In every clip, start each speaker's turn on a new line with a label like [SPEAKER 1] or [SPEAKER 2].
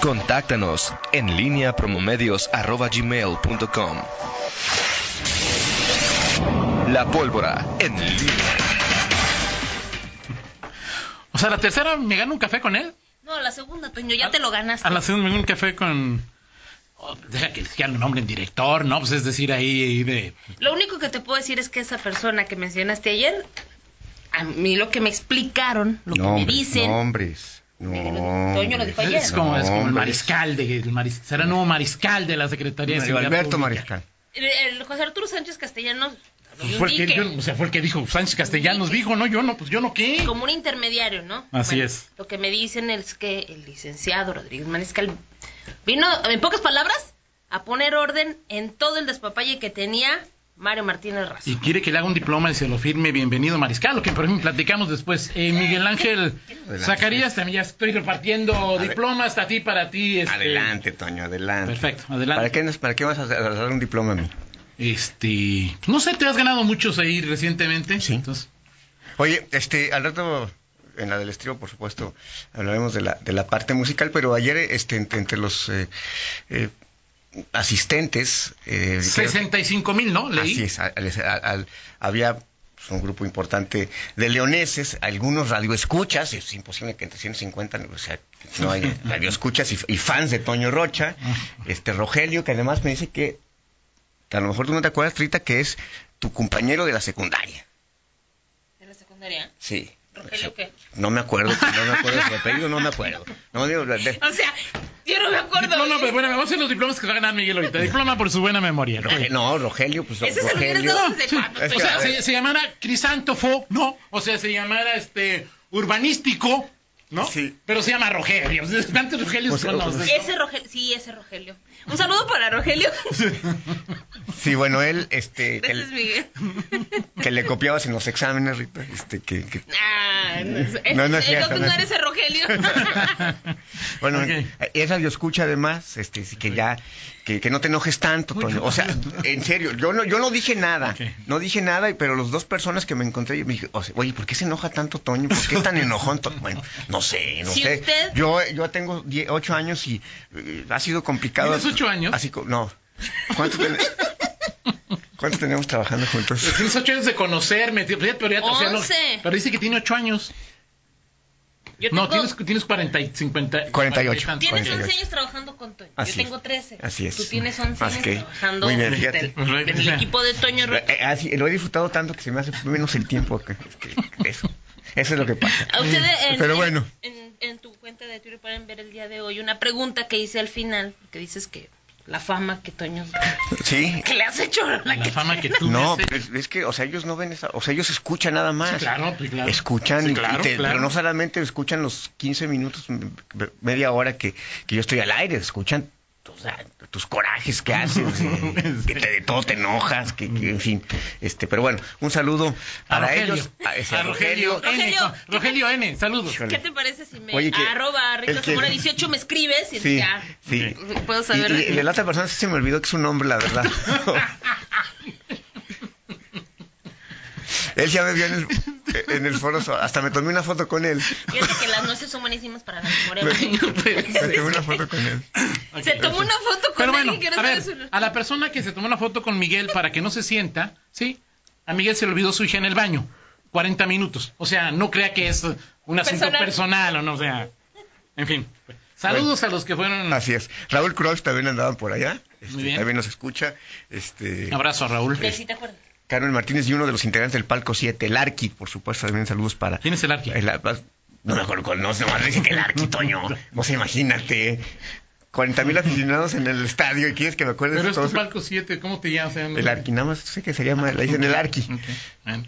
[SPEAKER 1] Contáctanos en línea promomedios.com. La pólvora en línea.
[SPEAKER 2] O sea, la tercera me gano un café con él.
[SPEAKER 3] No, la segunda, Toño, ya te lo ganaste.
[SPEAKER 2] Ah, A la segunda me gano un café con. oh, deja que ya lo nombren director, ¿no? Pues es decir, ahí, ahí de.
[SPEAKER 3] Lo único que te puedo decir es que esa persona que mencionaste ayer, a mí lo que me explicaron, lo que me
[SPEAKER 4] Nombres,
[SPEAKER 3] dicen.
[SPEAKER 4] Nombres. No.
[SPEAKER 3] Toño lo dijo ayer.
[SPEAKER 2] Es como, es como el
[SPEAKER 4] Nombres.
[SPEAKER 2] mariscal de. el maris- será nuevo mariscal de la Secretaría de Seguridad.
[SPEAKER 4] Alberto
[SPEAKER 2] Pública.
[SPEAKER 4] Mariscal.
[SPEAKER 3] El, el José Arturo Sánchez Castellanos lo
[SPEAKER 2] Pues fue el que,
[SPEAKER 3] indique,
[SPEAKER 2] yo- o sea, fue el que dijo Sánchez Castellanos,
[SPEAKER 3] Indique.
[SPEAKER 2] dijo, no, yo no, pues yo no qué.
[SPEAKER 3] como un intermediario, ¿no?
[SPEAKER 2] Así es.
[SPEAKER 3] Lo que me dicen es que el licenciado Rodríguez Mariscal vino, en pocas palabras, a poner orden en todo el despapalle que tenía Mario Martínez Razo.
[SPEAKER 2] Y quiere que le haga un diploma y se lo firme, bienvenido mariscal, lo que por fin platicamos después. Eh, Miguel Ángel
[SPEAKER 4] Adelante.
[SPEAKER 2] Zacarías, también ya estoy repartiendo diplomas a ti, para ti. este,
[SPEAKER 4] Adelante, Toño, adelante.
[SPEAKER 2] Perfecto, adelante.
[SPEAKER 4] ¿Para qué, nos- ¿Para qué vas a hacer- a hacer un diploma a mí?
[SPEAKER 2] Este, no sé, te has ganado muchos ahí recientemente.
[SPEAKER 4] Sí.
[SPEAKER 2] Entonces,
[SPEAKER 4] Oye, este, al rato, en la del estribo, por supuesto, hablaremos de la, de la parte musical, pero ayer, este, entre, entre los eh, eh, asistentes... eh, creo-
[SPEAKER 2] 65 mil, ¿no? Leí.
[SPEAKER 4] Así es, al- al- al- había pues, un grupo importante de leoneses, algunos radioescuchas, es imposible que entre 150, o sea, no hay radioescuchas y, y fans de Toño Rocha, este Rogelio, que además me dice que, a lo mejor tú no te acuerdas, Trita, que es tu compañero de la secundaria.
[SPEAKER 3] ¿De la secundaria?
[SPEAKER 4] Sí.
[SPEAKER 3] ¿Rogelio qué?
[SPEAKER 4] No me acuerdo, no me acuerdo su apellido, no me acuerdo. No, digo, de- de-
[SPEAKER 3] O sea, yo no me acuerdo.
[SPEAKER 2] Diploma, pero bueno, vamos a hacer los diplomas que va a ganar Miguel ahorita. Diploma por su buena memoria. ¿no?
[SPEAKER 4] Roge- no, Rogelio, pues
[SPEAKER 3] Ese se lo hubieras
[SPEAKER 4] Rogelio.
[SPEAKER 3] dado desde cuando.
[SPEAKER 4] Es
[SPEAKER 2] O
[SPEAKER 4] que,
[SPEAKER 2] sea,
[SPEAKER 4] a ver.
[SPEAKER 2] se, se llamara Crisantofo, no. O sea, se llamara este urbanístico, ¿no?
[SPEAKER 4] Sí. Pues,
[SPEAKER 2] Pero se llama Rogelio. ¿Cuántos Rogelios
[SPEAKER 4] O sea,
[SPEAKER 2] son los-
[SPEAKER 4] o
[SPEAKER 3] Ese Rogelio, sí, ese Rogelio. Un saludo para Rogelio.
[SPEAKER 4] Sí, bueno, él, este, que,
[SPEAKER 3] Gracias,
[SPEAKER 4] le-
[SPEAKER 3] Miguel.
[SPEAKER 4] que le copiabas en los exámenes, Rita, este, que- que
[SPEAKER 3] Ah, no, es-
[SPEAKER 4] No, no es cierto,
[SPEAKER 3] Entonces
[SPEAKER 4] no
[SPEAKER 3] no eres
[SPEAKER 4] es-
[SPEAKER 3] el Rogelio.
[SPEAKER 4] Bueno, eh,
[SPEAKER 2] Ok.
[SPEAKER 4] es radioescucha además, este, sí, que ya, que, que no te enojes tanto, Toño. O sea, en serio, yo no, yo no dije nada,
[SPEAKER 2] Ok.
[SPEAKER 4] no dije nada, y- pero los dos personas que me encontré, yo me dije, o sea, oye, ¿por qué se enoja tanto Toño? ¿Por qué es tan enojón? To-?" Bueno, no sé, no
[SPEAKER 3] Si
[SPEAKER 4] sé.
[SPEAKER 3] usted-
[SPEAKER 4] Yo, yo tengo die- ocho años y eh, ha sido complicado.
[SPEAKER 2] ¿Tienes ocho años?
[SPEAKER 4] Así, co- no. ¿Cuánto, ten- cuánto tenemos trabajando juntos?
[SPEAKER 2] Tienes ocho años de conocerme, tío, pero ya- pero ya- o sea, no-
[SPEAKER 3] Once.
[SPEAKER 2] pero dice que tiene ocho años.
[SPEAKER 3] Yo
[SPEAKER 2] No,
[SPEAKER 3] tengo-
[SPEAKER 2] tienes, tienes cuarenta y cincuenta.
[SPEAKER 4] Cuarenta y ocho.
[SPEAKER 2] tantos.
[SPEAKER 3] Tienes
[SPEAKER 4] 48.
[SPEAKER 3] 11 años trabajando con Toño.
[SPEAKER 4] Así
[SPEAKER 3] Yo
[SPEAKER 4] es.
[SPEAKER 3] tengo 13.
[SPEAKER 4] Así es.
[SPEAKER 3] Tú tienes 11 años
[SPEAKER 4] Ok.
[SPEAKER 3] trabajando
[SPEAKER 4] Muy bien,
[SPEAKER 3] del,
[SPEAKER 4] fíjate.
[SPEAKER 3] del
[SPEAKER 2] Perfecto.
[SPEAKER 3] equipo de Toño Rocha.
[SPEAKER 4] Eh, así, lo he disfrutado tanto que se me hace menos el tiempo que, que- que eso. Eso es lo que pasa.
[SPEAKER 3] A ustedes en,
[SPEAKER 4] Pero
[SPEAKER 3] en-
[SPEAKER 4] bueno.
[SPEAKER 3] en, en tu cuenta de Twitter pueden ver el día de hoy una pregunta que hice al final, que dices que la fama que Toño
[SPEAKER 4] Sí,
[SPEAKER 3] que le has hecho la
[SPEAKER 2] La
[SPEAKER 3] que-
[SPEAKER 2] fama que tú
[SPEAKER 4] No, pues,
[SPEAKER 2] me haces.
[SPEAKER 4] pero es, es que, o sea, ellos no ven esa, o sea, ellos escuchan nada más.
[SPEAKER 2] Sí, claro, pues, claro.
[SPEAKER 4] Escuchan,
[SPEAKER 2] Sí,
[SPEAKER 4] y- y
[SPEAKER 2] claro,
[SPEAKER 4] te-
[SPEAKER 2] claro.
[SPEAKER 4] pero no solamente escuchan los 15 minutos, m- m- media hora que, que yo estoy al aire, escuchan o sea, tus corajes que haces, eh, que te, de todo te enojas, que, que, en fin. este Pero bueno, un saludo
[SPEAKER 2] A
[SPEAKER 4] para
[SPEAKER 2] Rogelio.
[SPEAKER 4] ellos. A, ese,
[SPEAKER 2] A ah, Rogelio. N.
[SPEAKER 3] Rogelio,
[SPEAKER 2] no, Rogelio N. Saludos.
[SPEAKER 3] ¿Qué te parece si me
[SPEAKER 4] Oye, que-
[SPEAKER 3] arroba a
[SPEAKER 4] el
[SPEAKER 3] Rita
[SPEAKER 4] que-
[SPEAKER 3] Zamora 18 me escribes y "Ah,
[SPEAKER 4] Sí,
[SPEAKER 3] ya
[SPEAKER 4] sí.
[SPEAKER 3] puedo
[SPEAKER 4] Y,
[SPEAKER 3] saber?
[SPEAKER 4] y- y de la otra persona sí se me olvidó que es su nombre, la verdad. él ya me vio en el, en el foro, Sol, hasta me tomé una foto con él.
[SPEAKER 3] Fíjate que las noches son buenísimas para la memoria.
[SPEAKER 4] Me tomé una foto con él.
[SPEAKER 3] Se tomó una foto con
[SPEAKER 2] Pero bueno,
[SPEAKER 3] alguien que
[SPEAKER 2] a
[SPEAKER 3] no sabe
[SPEAKER 2] ver,
[SPEAKER 3] su-
[SPEAKER 2] a la persona que se tomó una foto con Miguel para que no se sienta, ¿sí? A Miguel se le olvidó su hija en el baño. 40 minutos. O sea, no crea que es un asunto
[SPEAKER 3] Personal.
[SPEAKER 2] personal, o no, o sea. En fin. Saludos a los que fueron.
[SPEAKER 4] Así es. Raúl Croix también andaba por allá. Este,
[SPEAKER 2] Muy bien.
[SPEAKER 4] También nos escucha. Este,
[SPEAKER 2] Un abrazo a Raúl.
[SPEAKER 3] Que sí te acuerdas.
[SPEAKER 4] Carmen Martínez y uno de los integrantes del Palco 7, el Arqui, por supuesto, también saludos para...
[SPEAKER 2] ¿Quién es el Arqui?
[SPEAKER 4] El- no me acuerdo, cuál, no sé, nomás dice que el Arqui, Toño. Vos imagínate, 40 mil aficionados en el estadio y quieres que me acuerdes
[SPEAKER 2] Pero
[SPEAKER 4] de
[SPEAKER 2] es tu
[SPEAKER 4] todos.
[SPEAKER 2] palco 7, ¿cómo te llamas? O sea, no-
[SPEAKER 4] El Arqui, nada más sé que se llama, le dicen el Arqui.
[SPEAKER 2] Ok, bueno.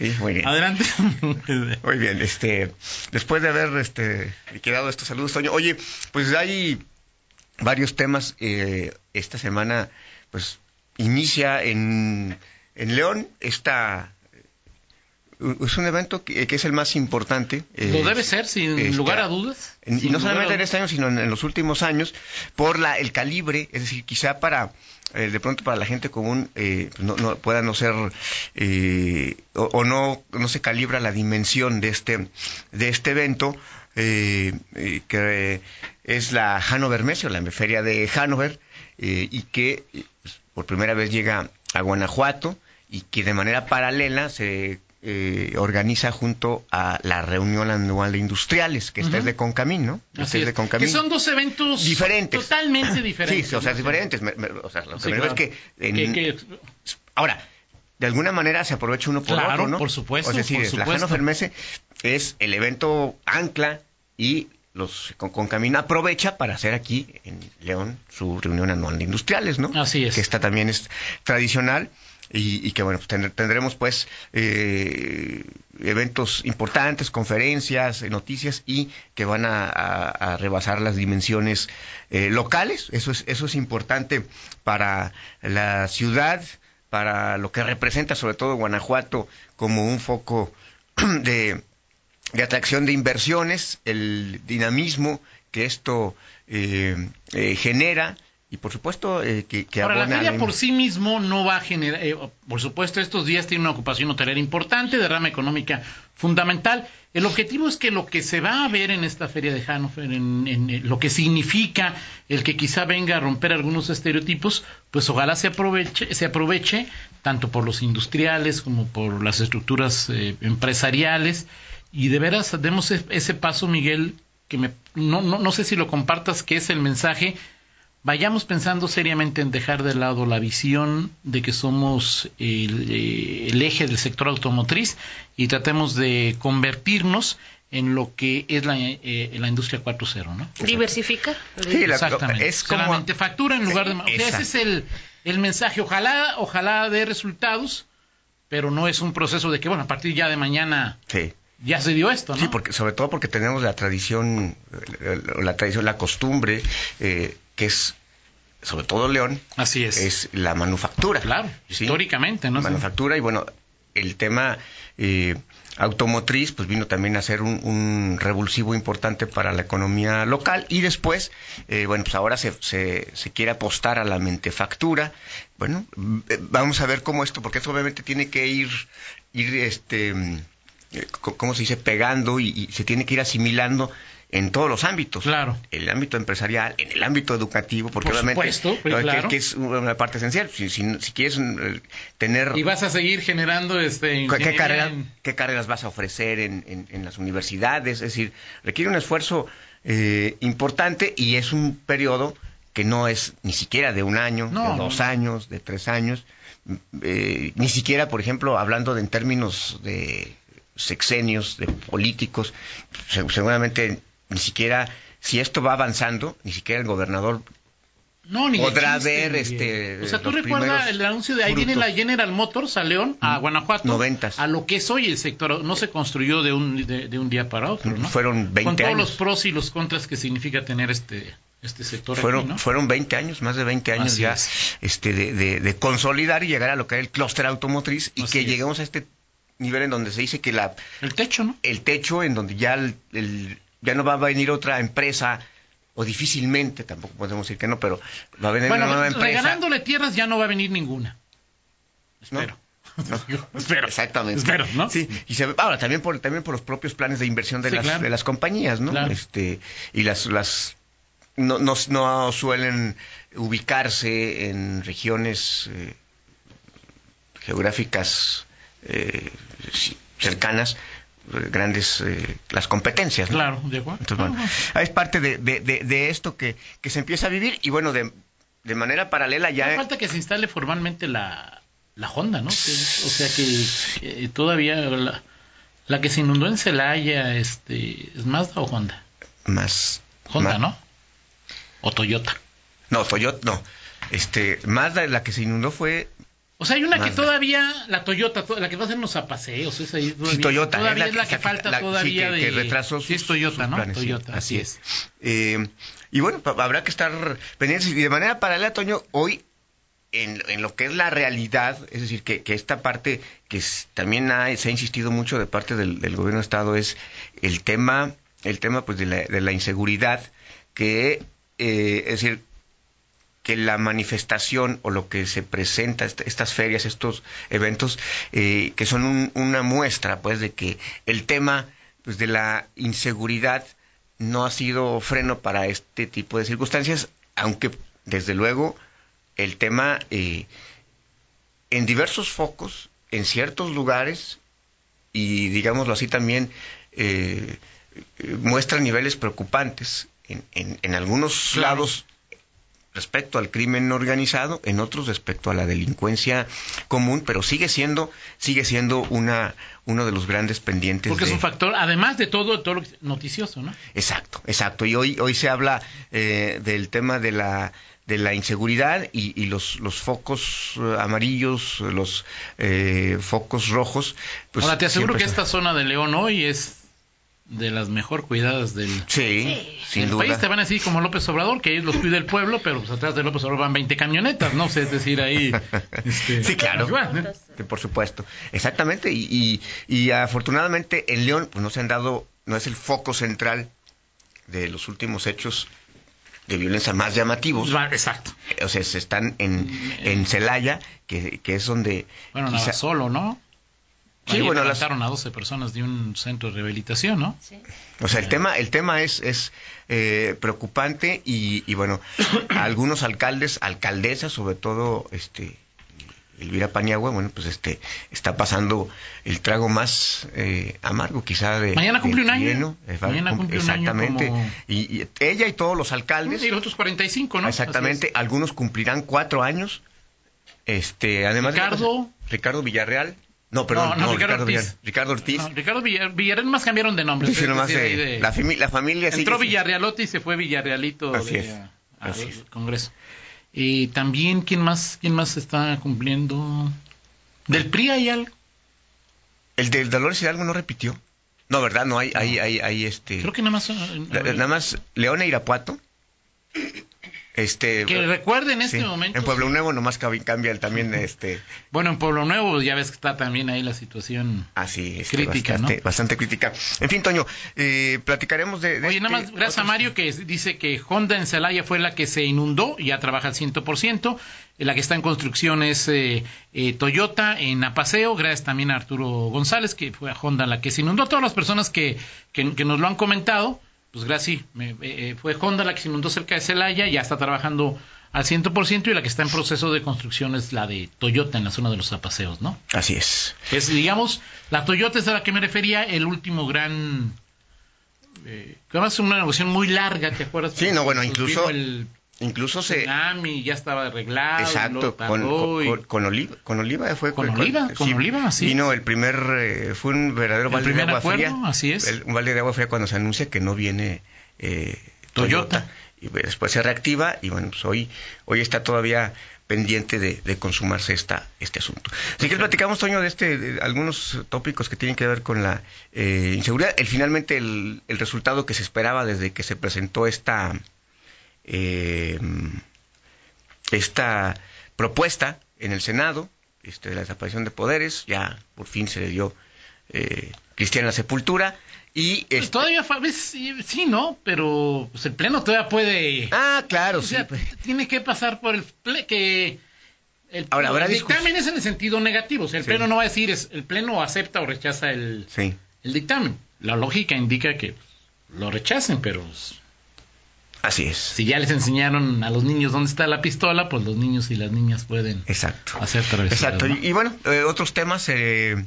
[SPEAKER 4] Sí, muy bien.
[SPEAKER 2] Adelante.
[SPEAKER 4] Muy bien, este, después de haber este, liquidado estos saludos, Toño, oye, pues hay varios temas. eh, esta semana, pues, inicia en, en León esta u- es un evento que, que es el más importante. eh,
[SPEAKER 2] Lo debe ser, sin
[SPEAKER 4] este,
[SPEAKER 2] lugar a dudas.
[SPEAKER 4] en- y
[SPEAKER 2] sin
[SPEAKER 4] no
[SPEAKER 2] lugar
[SPEAKER 4] solamente
[SPEAKER 2] a
[SPEAKER 4] en
[SPEAKER 2] dudas.
[SPEAKER 4] este año, sino en, en los últimos años, por la, el calibre, es decir, quizá para, eh, de pronto para la gente común, eh, pues no, no- pueda no ser, eh, o, o no, no se calibra la dimensión de este, de este evento, eh, eh, que es la Hannover Messe, o la feria de Hannover, eh, y que eh, pues, por primera vez llega a Guanajuato, y que de manera paralela se eh, organiza junto a la reunión anual de industriales, que esta es
[SPEAKER 2] Ujú.
[SPEAKER 4] de Concamín, ¿no?
[SPEAKER 2] Así
[SPEAKER 4] Esta Este es de
[SPEAKER 2] es. Que
[SPEAKER 4] Concamín.
[SPEAKER 2] son dos eventos
[SPEAKER 4] diferentes.
[SPEAKER 2] totalmente diferentes.
[SPEAKER 4] Sí, o sea,
[SPEAKER 2] ¿no?
[SPEAKER 4] diferentes. Me- me- o sea, lo que
[SPEAKER 2] Sí,
[SPEAKER 4] me refiero
[SPEAKER 2] claro.
[SPEAKER 4] es que,
[SPEAKER 2] Que-
[SPEAKER 4] en-
[SPEAKER 2] que-
[SPEAKER 4] Ahora, de alguna manera se aprovecha uno por
[SPEAKER 2] Claro,
[SPEAKER 4] otro, ¿no?
[SPEAKER 2] por supuesto,
[SPEAKER 4] Es decir,
[SPEAKER 2] por
[SPEAKER 4] la
[SPEAKER 2] supuesto.
[SPEAKER 4] Hannover Messe es el evento ancla y los con, Concamín aprovecha para hacer aquí en León su reunión anual de industriales, ¿no?
[SPEAKER 2] Así es.
[SPEAKER 4] Que esta también es tradicional y, y que bueno, pues tend- tendremos pues eh, eventos importantes, conferencias, eh, noticias y que van a, a- a rebasar las dimensiones eh, locales. Eso es, eso es importante para la ciudad, para lo que representa sobre todo Guanajuato como un foco de de atracción de inversiones, el dinamismo que esto eh, eh, genera y por supuesto eh, que, que
[SPEAKER 2] Ahora, la
[SPEAKER 4] abona a
[SPEAKER 2] feria
[SPEAKER 4] la-
[SPEAKER 2] por sí mismo no va a generar, eh, por supuesto, estos días tiene una ocupación hotelera importante, derrama económica fundamental. El objetivo es que lo que se va a ver en esta feria de Hannover, en, en, eh, lo que significa el que quizá venga a romper algunos estereotipos, pues ojalá se aproveche, se aproveche tanto por los industriales como por las estructuras eh, empresariales y de veras demos e- ese paso, Miguel, que me, no, no, no sé si lo compartas, que es el mensaje vayamos pensando seriamente en dejar de lado la visión de que somos el, eh, el eje del sector automotriz y tratemos de convertirnos en lo que es la, eh, la industria 4.0, ¿no?
[SPEAKER 3] Diversificar.
[SPEAKER 4] Sí, la-
[SPEAKER 2] Exactamente.
[SPEAKER 4] es como-
[SPEAKER 2] Solamente factura en lugar de... o sea,
[SPEAKER 4] Exacto.
[SPEAKER 2] ese es el, el mensaje. Ojalá, ojalá dé resultados, pero no es un proceso de que, bueno, a partir ya de mañana
[SPEAKER 4] Sí.
[SPEAKER 2] ya se dio esto, ¿no?
[SPEAKER 4] Sí, porque, sobre todo porque tenemos la tradición, eh, la, la tradición, la costumbre, eh, que es, sobre todo León,
[SPEAKER 2] Así es.
[SPEAKER 4] es, la manufactura.
[SPEAKER 2] Claro,
[SPEAKER 4] ¿sí?
[SPEAKER 2] históricamente, ¿no?
[SPEAKER 4] manufactura y bueno, el tema eh, automotriz pues vino también a ser un, un revulsivo importante para la economía local y después, eh, bueno, pues ahora se, se, se quiere apostar a la mentefactura. Bueno, mm, eh, vamos a ver cómo esto, porque esto obviamente tiene que ir, ir este, mm, eh, co- ¿cómo se dice?, pegando y, y se tiene que ir asimilando en todos los ámbitos.
[SPEAKER 2] Claro.
[SPEAKER 4] En el ámbito empresarial, en el ámbito educativo, porque
[SPEAKER 2] Por
[SPEAKER 4] obviamente
[SPEAKER 2] supuesto, pues,
[SPEAKER 4] ¿no? que-
[SPEAKER 2] claro.
[SPEAKER 4] que es una parte esencial. Si, si, si quieres mm, eh, tener
[SPEAKER 2] Y vas a seguir generando este...
[SPEAKER 4] ¿Qué- ¿Qué,
[SPEAKER 2] ingeniería
[SPEAKER 4] carrera-
[SPEAKER 2] en-
[SPEAKER 4] qué carreras vas a ofrecer en, en- en las universidades? Es decir, requiere un esfuerzo eh, importante y es un periodo que no es ni siquiera de un año,
[SPEAKER 2] No,
[SPEAKER 4] de dos
[SPEAKER 2] no.
[SPEAKER 4] años, de tres años, mm, eh, ni siquiera, por ejemplo, hablando de, en términos de sexenios, de políticos, se- seguramente ni siquiera, si esto va avanzando, ni siquiera el gobernador
[SPEAKER 2] No, ni de
[SPEAKER 4] podrá
[SPEAKER 2] chiste,
[SPEAKER 4] ver,
[SPEAKER 2] Miguel.
[SPEAKER 4] este,
[SPEAKER 2] O sea, tú
[SPEAKER 4] los
[SPEAKER 2] recuerdas
[SPEAKER 4] primeros
[SPEAKER 2] el anuncio de ahí viene la
[SPEAKER 4] frutos. Mm,
[SPEAKER 2] General Motors a León, a Guanajuato.
[SPEAKER 4] Noventas.
[SPEAKER 2] A lo que es hoy el sector. No se construyó de un, de, de un día para otro, ¿no?
[SPEAKER 4] Mm, Fueron 20
[SPEAKER 2] Con todos
[SPEAKER 4] años.
[SPEAKER 2] los pros y los contras que significa tener este, este sector
[SPEAKER 4] fueron,
[SPEAKER 2] aquí, ¿no?
[SPEAKER 4] fueron 20 años, más de 20 años
[SPEAKER 2] Así
[SPEAKER 4] ya
[SPEAKER 2] es.
[SPEAKER 4] este, de, de- de consolidar y llegar a lo que era el clúster automotriz y
[SPEAKER 2] Así
[SPEAKER 4] que
[SPEAKER 2] es.
[SPEAKER 4] lleguemos a este nivel en donde se dice que la,
[SPEAKER 2] El techo, ¿no?
[SPEAKER 4] el techo, en donde ya, el- el- ya no va a venir otra empresa, o difícilmente, tampoco podemos decir que no, pero va a venir
[SPEAKER 2] Bueno,
[SPEAKER 4] una nueva empresa.
[SPEAKER 2] regalándole tierras ya no va a venir ninguna.
[SPEAKER 4] ¿no?
[SPEAKER 2] Espero.
[SPEAKER 4] No.
[SPEAKER 2] Yo espero.
[SPEAKER 4] Exactamente.
[SPEAKER 2] Espero, ¿no?
[SPEAKER 4] Sí, y se, ahora también por, también por los propios planes de inversión de,
[SPEAKER 2] Sí,
[SPEAKER 4] las,
[SPEAKER 2] claro.
[SPEAKER 4] de las compañías, ¿no?
[SPEAKER 2] Claro.
[SPEAKER 4] Este, y las, las no, no, no suelen ubicarse en regiones eh, geográficas eh, ci- cercanas, eh, grandes eh, las competencias, ¿no?
[SPEAKER 2] Claro, de acuerdo.
[SPEAKER 4] Entonces, bueno, es parte de, de, de, de esto que, que se empieza a vivir y bueno, de, de manera paralela ya...
[SPEAKER 2] No falta que se instale formalmente la, la Honda, ¿no? Que- o sea que eh, todavía la, la que se inundó en Celaya, este, ¿es Mazda o Honda?
[SPEAKER 4] más...
[SPEAKER 2] Honda,
[SPEAKER 4] más-
[SPEAKER 2] ¿no? O Toyota.
[SPEAKER 4] No, Toyota no. Este, Mazda, la que se inundó fue
[SPEAKER 2] O sea, hay una que
[SPEAKER 4] Mazda.
[SPEAKER 2] todavía, la Toyota, to- la que va a hacernos a paseos, esa ahí todavía,
[SPEAKER 4] sí, Toyota. ¿eh?
[SPEAKER 2] todavía es la, que,
[SPEAKER 4] la
[SPEAKER 2] falta
[SPEAKER 4] la- sí,
[SPEAKER 2] todavía
[SPEAKER 4] que,
[SPEAKER 2] de...
[SPEAKER 4] que retrasó
[SPEAKER 2] sí, es
[SPEAKER 4] sus-
[SPEAKER 2] Toyota,
[SPEAKER 4] sus
[SPEAKER 2] ¿no?
[SPEAKER 4] planes, sí,
[SPEAKER 2] Toyota, así es.
[SPEAKER 4] Eh, y bueno, pa- habrá que estar pendientes. Y de manera paralela, Toño, hoy en, en lo que es la realidad, es decir, que, que esta parte que es- también ha- se ha insistido mucho de parte del, del gobierno de Estado es el tema, el tema pues de la, de la inseguridad, que eh, es decir, que la manifestación o lo que se presenta, est- estas ferias, estos eventos, eh, que son un- una muestra, pues, de que el tema pues, de la inseguridad no ha sido freno para este tipo de circunstancias, aunque, desde luego, el tema eh, en diversos focos, en ciertos lugares, y digámoslo así también, eh, eh, muestra niveles preocupantes. En, en- en algunos
[SPEAKER 2] Claro.
[SPEAKER 4] lados respecto al crimen organizado, en otros respecto a la delincuencia común, pero sigue siendo sigue siendo una uno de los grandes pendientes.
[SPEAKER 2] Porque es
[SPEAKER 4] de-
[SPEAKER 2] un factor, además de todo, todo lo que- noticioso, ¿no?
[SPEAKER 4] Exacto, exacto. Y hoy hoy se habla eh, del tema de la de la inseguridad y, y los, los focos eh, amarillos, los eh, focos rojos. pues,
[SPEAKER 2] Ahora, te aseguro
[SPEAKER 4] siempre
[SPEAKER 2] que
[SPEAKER 4] son-
[SPEAKER 2] esta zona de León hoy es de las mejor cuidadas del,
[SPEAKER 4] Sí, sin
[SPEAKER 2] el
[SPEAKER 4] duda.
[SPEAKER 2] país te van a decir como López Obrador, que ellos los cuida el pueblo, pero pues atrás de López Obrador van 20 camionetas, ¿no? O sea, es decir, ahí... este,
[SPEAKER 4] Sí, claro.
[SPEAKER 2] pues, bueno,
[SPEAKER 4] Sí, por supuesto. Exactamente. Y, y, y afortunadamente en León pues, no se han dado, no es el foco central de los últimos hechos de violencia más llamativos.
[SPEAKER 2] pues, va- Exacto.
[SPEAKER 4] O sea, se están en, en Celaya, que, que es donde...
[SPEAKER 2] Bueno,
[SPEAKER 4] quizá-
[SPEAKER 2] nada, solo, ¿no?
[SPEAKER 4] Sí,
[SPEAKER 2] Ahí
[SPEAKER 4] bueno, las-
[SPEAKER 2] levantaron a 12 personas de un centro de rehabilitación, ¿no?
[SPEAKER 3] Sí.
[SPEAKER 4] O sea, el tema, el tema es, es eh, preocupante y, y bueno, algunos alcaldes, alcaldesas, sobre todo este Elvira Paniagua, bueno, pues este está pasando el trago más eh, amargo quizá de...
[SPEAKER 2] Mañana cumple
[SPEAKER 4] del
[SPEAKER 2] un año.
[SPEAKER 4] trienio. Eh, va-
[SPEAKER 2] Mañana
[SPEAKER 4] cum-
[SPEAKER 2] cumple un año
[SPEAKER 4] Exactamente.
[SPEAKER 2] como-
[SPEAKER 4] y, y ella y todos los alcaldes,
[SPEAKER 2] Y los otros 45, ¿no?
[SPEAKER 4] exactamente, algunos cumplirán cuatro años. Este, además de-
[SPEAKER 2] Ricardo.
[SPEAKER 4] Ricardo Villarreal. No, perdón,
[SPEAKER 2] No, no, Ricardo Ortiz.
[SPEAKER 4] Villarreal. Ricardo
[SPEAKER 2] Así es.
[SPEAKER 4] Ortiz.
[SPEAKER 2] No, Ricardo Villar- Villarreal más cambiaron de nombre.
[SPEAKER 4] Sí,
[SPEAKER 2] es
[SPEAKER 4] nomás,
[SPEAKER 2] decir,
[SPEAKER 4] eh,
[SPEAKER 2] ahí de-
[SPEAKER 4] la, fami- la familia sigue
[SPEAKER 2] Entró
[SPEAKER 4] siendo-
[SPEAKER 2] Villarrealote y se fue Villarrealito
[SPEAKER 4] Así
[SPEAKER 2] de-
[SPEAKER 4] es,
[SPEAKER 2] a-
[SPEAKER 4] así
[SPEAKER 2] al
[SPEAKER 4] es.
[SPEAKER 2] Congreso. Y también, ¿quién más, quién más está cumpliendo? Del PRI hay algo.
[SPEAKER 4] El del Dolores Hidalgo no repitió. No, ¿verdad? No, hay, hay, hay, hay, este...
[SPEAKER 2] Creo que nada más. eh,
[SPEAKER 4] la- Nada más León e Irapuato. Este...
[SPEAKER 2] Que recuerde en este
[SPEAKER 4] sí,
[SPEAKER 2] momento.
[SPEAKER 4] En Pueblo Nuevo nomás cabi- cambia el también, este...
[SPEAKER 2] Bueno, en Pueblo Nuevo ya ves que está también ahí la situación.
[SPEAKER 4] Así, este,
[SPEAKER 2] Crítica,
[SPEAKER 4] bastante,
[SPEAKER 2] ¿no?
[SPEAKER 4] bastante crítica. En fin, Toño, eh, platicaremos de... de
[SPEAKER 2] Oye, nada más,
[SPEAKER 4] este-
[SPEAKER 2] gracias a Mario que es- dice que Honda en Celaya fue la que se inundó, ya trabaja al 100%. Eh, La que está en construcción es eh, eh, Toyota en Apaseo. Gracias también a Arturo González, que fue a Honda la que se inundó. A todas las personas que, que- que nos lo han comentado, pues gracias. sí, me- eh, eh, fue Honda la que se inundó cerca de Celaya, ya está trabajando al 100% y la que está en proceso de construcción es la de Toyota en la zona de los Apaseos, ¿no?
[SPEAKER 4] Así es.
[SPEAKER 2] Es, digamos, la Toyota es a la que me refería, el último gran. Eh, que además es una negociación muy larga, ¿te acuerdas?
[SPEAKER 4] Sí, no, bueno,
[SPEAKER 2] Pues
[SPEAKER 4] incluso-
[SPEAKER 2] vino El
[SPEAKER 4] Incluso se...
[SPEAKER 2] Ah, tsunami ya estaba arreglado.
[SPEAKER 4] Exacto,
[SPEAKER 2] luego
[SPEAKER 4] con,
[SPEAKER 2] tardó y-
[SPEAKER 4] con, con Oliva, con Oliva fue
[SPEAKER 2] Con Oliva, con Oliva, sí.
[SPEAKER 4] Vino el primer, eh, fue un verdadero
[SPEAKER 2] El
[SPEAKER 4] balde
[SPEAKER 2] primer
[SPEAKER 4] de agua
[SPEAKER 2] acuerdo,
[SPEAKER 4] fría.
[SPEAKER 2] así es.
[SPEAKER 4] el- un balde de agua fría cuando se anuncia que no viene eh,
[SPEAKER 2] Toyota.
[SPEAKER 4] Toyota. Y pues, después se reactiva y bueno, pues hoy, hoy está todavía pendiente de, de consumarse esta, este asunto. Así que platicamos, Toño, de, este, de algunos tópicos que tienen que ver con la eh, inseguridad. El, finalmente, el, el resultado que se esperaba desde que se presentó esta... eh, esta propuesta en el Senado este, de la desaparición de poderes. Ya por fin se le dio eh, Cristian la sepultura. Y
[SPEAKER 2] Pues
[SPEAKER 4] este-
[SPEAKER 2] Todavía fue, ves, sí, sí, ¿no? Pero pues, el Pleno todavía puede.
[SPEAKER 4] Ah, claro,
[SPEAKER 2] o sea,
[SPEAKER 4] sí. pues.
[SPEAKER 2] tiene que pasar por el. ple- que el,
[SPEAKER 4] Ahora, habrá
[SPEAKER 2] el
[SPEAKER 4] discus-
[SPEAKER 2] dictamen es en el sentido negativo. O sea, el
[SPEAKER 4] Sí.
[SPEAKER 2] Pleno no va a decir, es, el Pleno acepta o rechaza el,
[SPEAKER 4] Sí.
[SPEAKER 2] el dictamen. La lógica indica que lo rechacen, pero pues,
[SPEAKER 4] Así es.
[SPEAKER 2] si ya les enseñaron a los niños dónde está la pistola, pues los niños y las niñas pueden
[SPEAKER 4] Exacto.
[SPEAKER 2] hacer travesuras.
[SPEAKER 4] Exacto.
[SPEAKER 2] ¿no?
[SPEAKER 4] Y, y bueno, eh, otros temas. eh,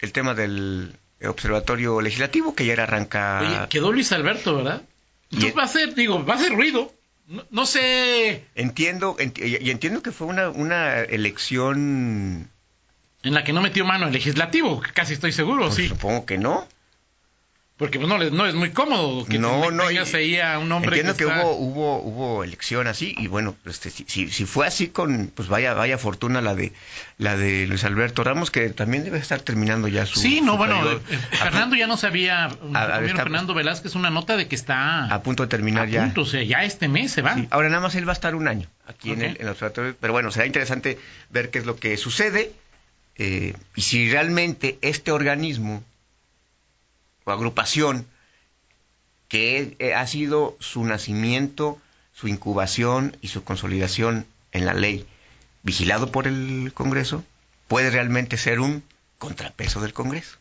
[SPEAKER 4] el tema del observatorio legislativo que ya era arranca.
[SPEAKER 2] Oye, quedó Luis Alberto, ¿verdad? Entonces
[SPEAKER 4] Y-
[SPEAKER 2] va a ser, digo, va a ser ruido. No, no sé
[SPEAKER 4] Entiendo, ent- y y entiendo que fue una, una elección.
[SPEAKER 2] en la que no metió mano el legislativo, casi estoy seguro,
[SPEAKER 4] pues,
[SPEAKER 2] sí.
[SPEAKER 4] Supongo que no.
[SPEAKER 2] Porque pues, no, les- no es muy cómodo que
[SPEAKER 4] no,
[SPEAKER 2] te-
[SPEAKER 4] no. y-
[SPEAKER 2] tengas ahí a un hombre
[SPEAKER 4] entiendo que,
[SPEAKER 2] está-
[SPEAKER 4] hubo, hubo, hubo elección así y bueno, este, si, si, si fue así con, pues vaya, vaya fortuna la de, la de Luis Alberto Ramos que también debe estar terminando ya su.
[SPEAKER 2] Sí, no,
[SPEAKER 4] su
[SPEAKER 2] bueno,
[SPEAKER 4] periodo.
[SPEAKER 2] eh, eh, Fernando ya no sabía,
[SPEAKER 4] está-
[SPEAKER 2] Fernando Velázquez, una nota de que está
[SPEAKER 4] a punto de terminar
[SPEAKER 2] a
[SPEAKER 4] ya.
[SPEAKER 2] punto, o sea, ya este mes se va.
[SPEAKER 4] Sí, Ahora nada más él va a estar un año aquí en,
[SPEAKER 2] Ok.
[SPEAKER 4] el, en el observatorio, pero bueno, será interesante ver qué es lo que sucede eh, y si realmente este organismo o agrupación que eh, ha sido su nacimiento, su incubación y su consolidación en la ley, vigilado por el Congreso, puede realmente ser un contrapeso del Congreso.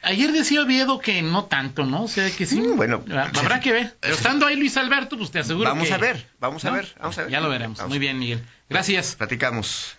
[SPEAKER 2] Ayer decía Oviedo que no tanto, ¿no? O sea, que sí. Ah,
[SPEAKER 4] Mm, bueno.
[SPEAKER 2] habrá que ver. Pero estando ahí Luis Alberto, pues te aseguro
[SPEAKER 4] Vamos
[SPEAKER 2] que-
[SPEAKER 4] a ver, vamos a
[SPEAKER 2] ¿no?
[SPEAKER 4] ver, vamos a ver.
[SPEAKER 2] Ya lo veremos.
[SPEAKER 4] Vamos.
[SPEAKER 2] Muy bien, Miguel. Gracias.
[SPEAKER 4] Platicamos.